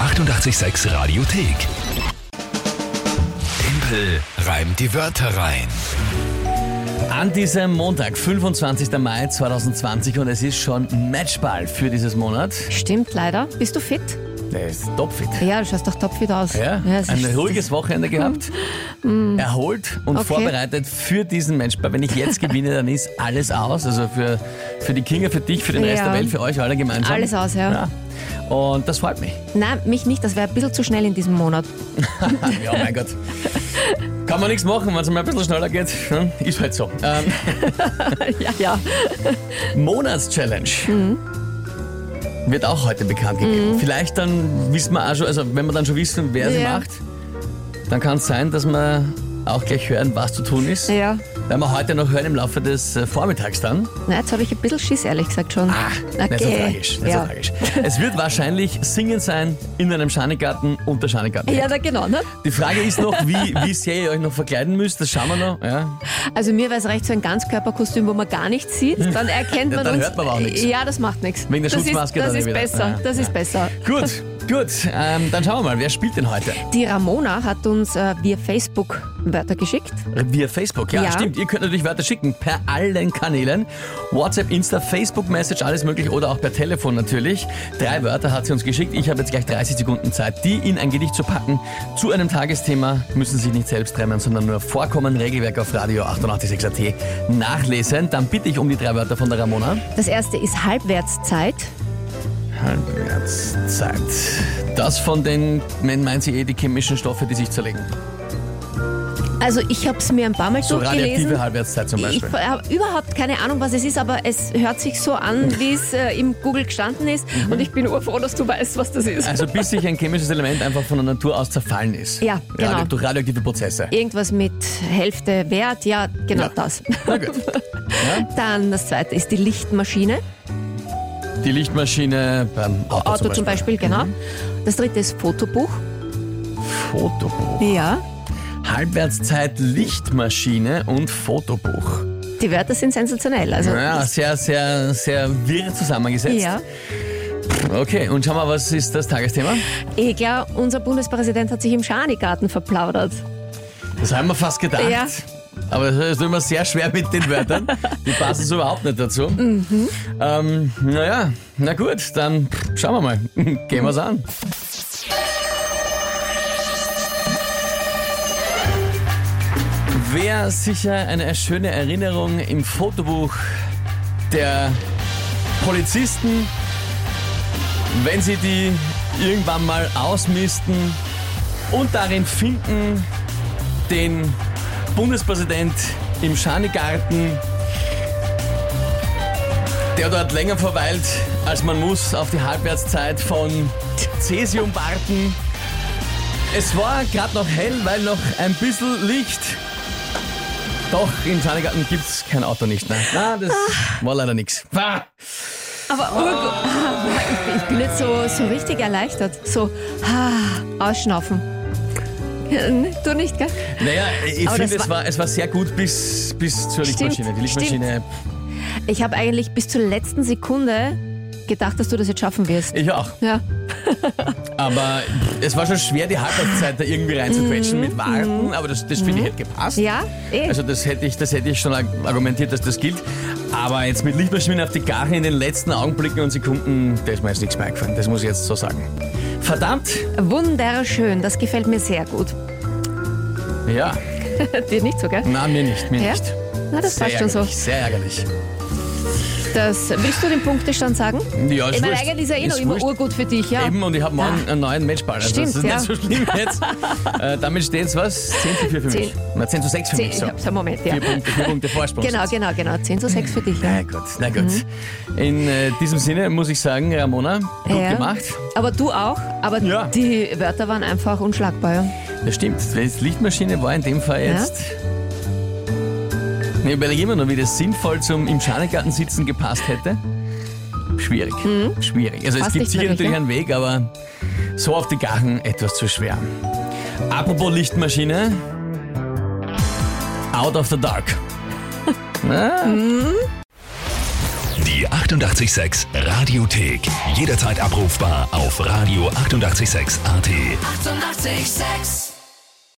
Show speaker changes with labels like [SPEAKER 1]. [SPEAKER 1] 886 Radiothek. Tempel reimt die Wörter rein.
[SPEAKER 2] An diesem Montag, 25. Mai 2020 und es ist schon Matchball für dieses Monat.
[SPEAKER 3] Stimmt leider. Bist du fit?
[SPEAKER 2] Der ist topfit.
[SPEAKER 3] Ja, du schaust doch topfit aus.
[SPEAKER 2] Ja,
[SPEAKER 3] es
[SPEAKER 2] ein
[SPEAKER 3] ist- Mm.
[SPEAKER 2] ruhiges Wochenende gehabt, erholt und
[SPEAKER 3] Okay.
[SPEAKER 2] vorbereitet für diesen Matchball. Wenn ich jetzt gewinne, dann ist alles aus. Also für, für die Kinga, für dich, für den Rest
[SPEAKER 3] Ja.
[SPEAKER 2] der Welt, für euch alle gemeinsam.
[SPEAKER 3] Alles aus, ja.
[SPEAKER 2] ja. Und das freut mich.
[SPEAKER 3] Nein, mich nicht. Das wäre ein bisschen zu schnell in diesem Monat.
[SPEAKER 2] Ah, Ja, mein Gott. Kann man nichts machen, wenn es mal ein bisschen schneller geht. Hm? Ist halt so. Ähm,
[SPEAKER 3] ja, ja.
[SPEAKER 2] Monatschallenge
[SPEAKER 3] Mhm.
[SPEAKER 2] wird auch heute bekannt gegeben. Vielleicht dann wissen wir auch schon, also wenn wir dann schon wissen, wer sie
[SPEAKER 3] Ja.
[SPEAKER 2] macht, dann kann es sein, dass wir auch gleich hören, was zu tun ist.
[SPEAKER 3] Ja.
[SPEAKER 2] Werden wir heute noch hören im Laufe des äh, Vormittags dann.
[SPEAKER 3] Na, jetzt habe ich ein bisschen Schiss, ehrlich gesagt schon.
[SPEAKER 2] Ah, nicht so tragisch. Nicht
[SPEAKER 3] ja.
[SPEAKER 2] so tragisch. Es wird wahrscheinlich Singen sein in einem Schanigarten unter Schanigarten.
[SPEAKER 3] ja, na, genau. Ne?
[SPEAKER 2] Die Frage ist noch, wie, wie sehr ihr euch noch verkleiden müsst. Das schauen wir noch. Ja.
[SPEAKER 3] Also mir wäre es recht, so ein Ganzkörperkostüm, wo man gar nichts sieht, dann erkennt
[SPEAKER 2] Hm. Ja,
[SPEAKER 3] man
[SPEAKER 2] dann
[SPEAKER 3] uns.
[SPEAKER 2] hört man aber auch nichts.
[SPEAKER 3] Ja, das macht nichts.
[SPEAKER 2] Wegen der
[SPEAKER 3] das
[SPEAKER 2] Schutzmaske
[SPEAKER 3] ist, das
[SPEAKER 2] dann eh
[SPEAKER 3] ist
[SPEAKER 2] wieder. Ah,
[SPEAKER 3] besser.
[SPEAKER 2] Ja,
[SPEAKER 3] Das ist besser.
[SPEAKER 2] Gut, gut. Ähm, dann schauen wir mal, wer spielt denn heute?
[SPEAKER 3] Die Ramona hat uns äh, via Facebook Wörter geschickt.
[SPEAKER 2] Via Facebook, ja,
[SPEAKER 3] Ja.
[SPEAKER 2] stimmt. Ihr könnt natürlich Wörter schicken per allen Kanälen. WhatsApp, Insta, Facebook-Message, alles möglich oder auch per Telefon natürlich. Drei Wörter hat sie uns geschickt. Ich habe jetzt gleich 30 Sekunden Zeit, die in ein Gedicht zu packen. Zu einem Tagesthema müssen Sie sich nicht selbst trennen, sondern nur vorkommen. Regelwerk auf Radio 886 AT nachlesen. Dann bitte ich um die drei Wörter von der Ramona.
[SPEAKER 3] Das erste ist Halbwertszeit.
[SPEAKER 2] Halbwertszeit. Das von den, meint sie eh, die chemischen Stoffe, die sich zerlegen.
[SPEAKER 3] Also ich habe es mir ein paar Mal
[SPEAKER 2] So
[SPEAKER 3] durchgelesen.
[SPEAKER 2] radioaktive Halbwertszeit zum
[SPEAKER 3] Ich
[SPEAKER 2] Beispiel.
[SPEAKER 3] habe überhaupt keine Ahnung, was es ist, aber es hört sich so an, wie es äh, im Google gestanden ist.
[SPEAKER 2] Mhm.
[SPEAKER 3] Und ich bin urfroh, dass du weißt, was das ist.
[SPEAKER 2] Also bis sich ein chemisches Element einfach von der Natur aus zerfallen ist.
[SPEAKER 3] Ja, genau.
[SPEAKER 2] Radio, durch radioaktive Prozesse.
[SPEAKER 3] Irgendwas mit Hälfte Wert, ja, genau
[SPEAKER 2] Ja.
[SPEAKER 3] das.
[SPEAKER 2] Na gut. Ja,
[SPEAKER 3] Dann das zweite ist die Lichtmaschine.
[SPEAKER 2] die Lichtmaschine beim Auto,
[SPEAKER 3] Auto zum Beispiel, genau.
[SPEAKER 2] Mhm.
[SPEAKER 3] Das dritte ist Fotobuch.
[SPEAKER 2] Fotobuch.
[SPEAKER 3] Ja.
[SPEAKER 2] Halbwertszeit Lichtmaschine und Fotobuch.
[SPEAKER 3] Die Wörter sind sensationell. Also,
[SPEAKER 2] Ja,
[SPEAKER 3] das-
[SPEAKER 2] sehr, sehr, sehr wirr zusammengesetzt.
[SPEAKER 3] ja.
[SPEAKER 2] Okay, und schau mal, was ist das Tagesthema?
[SPEAKER 3] Egler, unser Bundespräsident hat sich im Schanigarten verplaudert.
[SPEAKER 2] Das haben wir fast gedacht.
[SPEAKER 3] Ja.
[SPEAKER 2] Aber es ist immer sehr schwer mit den Wörtern. Die passen so überhaupt nicht dazu. Ähm, naja, na gut, dann schauen wir mal. Gehen wir's an. Wäre sicher eine schöne Erinnerung im Fotobuch der Polizisten, wenn sie die irgendwann mal ausmisten und darin finden, den Bundespräsident im Schanigarten, der dort länger verweilt, als man muss, auf die Halbwertszeit von Cäsiumbarten. Es war gerade noch hell, weil noch ein bisschen Licht. Doch, im Schanigarten gibt's kein Auto nicht. Nein, nein
[SPEAKER 3] Ah.
[SPEAKER 2] das war leider nichts.
[SPEAKER 3] Aber oh urgu- ich bin jetzt so, so richtig erleichtert. So, ha, ausschnaufen. ne, Du nicht, gell?
[SPEAKER 2] Naja, ich
[SPEAKER 3] Aber
[SPEAKER 2] finde,
[SPEAKER 3] das
[SPEAKER 2] es war, es war sehr gut bis, bis zur
[SPEAKER 3] Stimmt,
[SPEAKER 2] Lichtmaschine. Die Lichtmaschine
[SPEAKER 3] Ich habe eigentlich bis zur letzten Sekunde gedacht, dass du das jetzt schaffen wirst.
[SPEAKER 2] Ich auch.
[SPEAKER 3] Ja,
[SPEAKER 2] Aber es war schon schwer, die Halbwertszeit da irgendwie reinzuquetschen mit Warten, aber das, das finde ich hätte gepasst.
[SPEAKER 3] Mhm. ja, eh.
[SPEAKER 2] Also das hätte, ich, das hätte ich schon arg- argumentiert, dass das gilt. Aber jetzt mit Lichtmaschinen auf die Garche in den letzten Augenblicken und Sekunden, da ist mir jetzt nichts mehr eingefallen. Das muss ich jetzt so sagen. Verdammt!
[SPEAKER 3] wunderschön. Das gefällt mir sehr gut.
[SPEAKER 2] Ja.
[SPEAKER 3] Dir nicht so, gell?
[SPEAKER 2] Na, mir nicht, mir
[SPEAKER 3] Ja?
[SPEAKER 2] nicht.
[SPEAKER 3] Na, das
[SPEAKER 2] Sehr
[SPEAKER 3] passt schon so.
[SPEAKER 2] ärgerlich, Sehr ärgerlich.
[SPEAKER 3] Das, willst du den Punktestand sagen?
[SPEAKER 2] Ja, ist
[SPEAKER 3] ich meine,
[SPEAKER 2] wurscht.
[SPEAKER 3] eigentlich ist er eh noch
[SPEAKER 2] Ist
[SPEAKER 3] immer
[SPEAKER 2] wurscht.
[SPEAKER 3] urgut für dich, ja? Ah.
[SPEAKER 2] Eben, und ich habe morgen einen neuen Matchball. Also das ist
[SPEAKER 3] Stimmt,
[SPEAKER 2] nicht so schlimm jetzt. äh, damit steht es was? 10 zu 4 für mich.
[SPEAKER 3] Zehn.
[SPEAKER 2] Na, 10 zu 6 für
[SPEAKER 3] Zehn,
[SPEAKER 2] mich.
[SPEAKER 3] ich
[SPEAKER 2] So.
[SPEAKER 3] hab's einen Moment, ja.
[SPEAKER 2] Vier Punkte, vier Punkte Vorsprung.
[SPEAKER 3] Genau, genau, genau. 10 zu 6 für dich, ja.
[SPEAKER 2] Na gut, na gut. In äh, diesem Sinne muss ich sagen, äh, Ramona, gut
[SPEAKER 3] Mhm. Ja.
[SPEAKER 2] gemacht.
[SPEAKER 3] Aber du auch, aber
[SPEAKER 2] Ja.
[SPEAKER 3] die Wörter waren einfach unschlagbar. ja.
[SPEAKER 2] Das stimmt. Die Lichtmaschine war in dem Fall
[SPEAKER 3] Ja.
[SPEAKER 2] jetzt. Ich überlege immer noch, wie das sinnvoll zum im Schanigarten sitzen gepasst hätte. Schwierig. Schwierig. Also es
[SPEAKER 3] Mhm. Passt
[SPEAKER 2] gibt
[SPEAKER 3] nicht
[SPEAKER 2] sicher
[SPEAKER 3] wirklich,
[SPEAKER 2] natürlich
[SPEAKER 3] ne?
[SPEAKER 2] einen Weg, aber so auf die Gachen etwas zu schwer. Apropos Lichtmaschine. Out of the Dark.
[SPEAKER 1] Die 886 Radiothek. Jederzeit abrufbar auf radio886.at. 886!
[SPEAKER 4] 886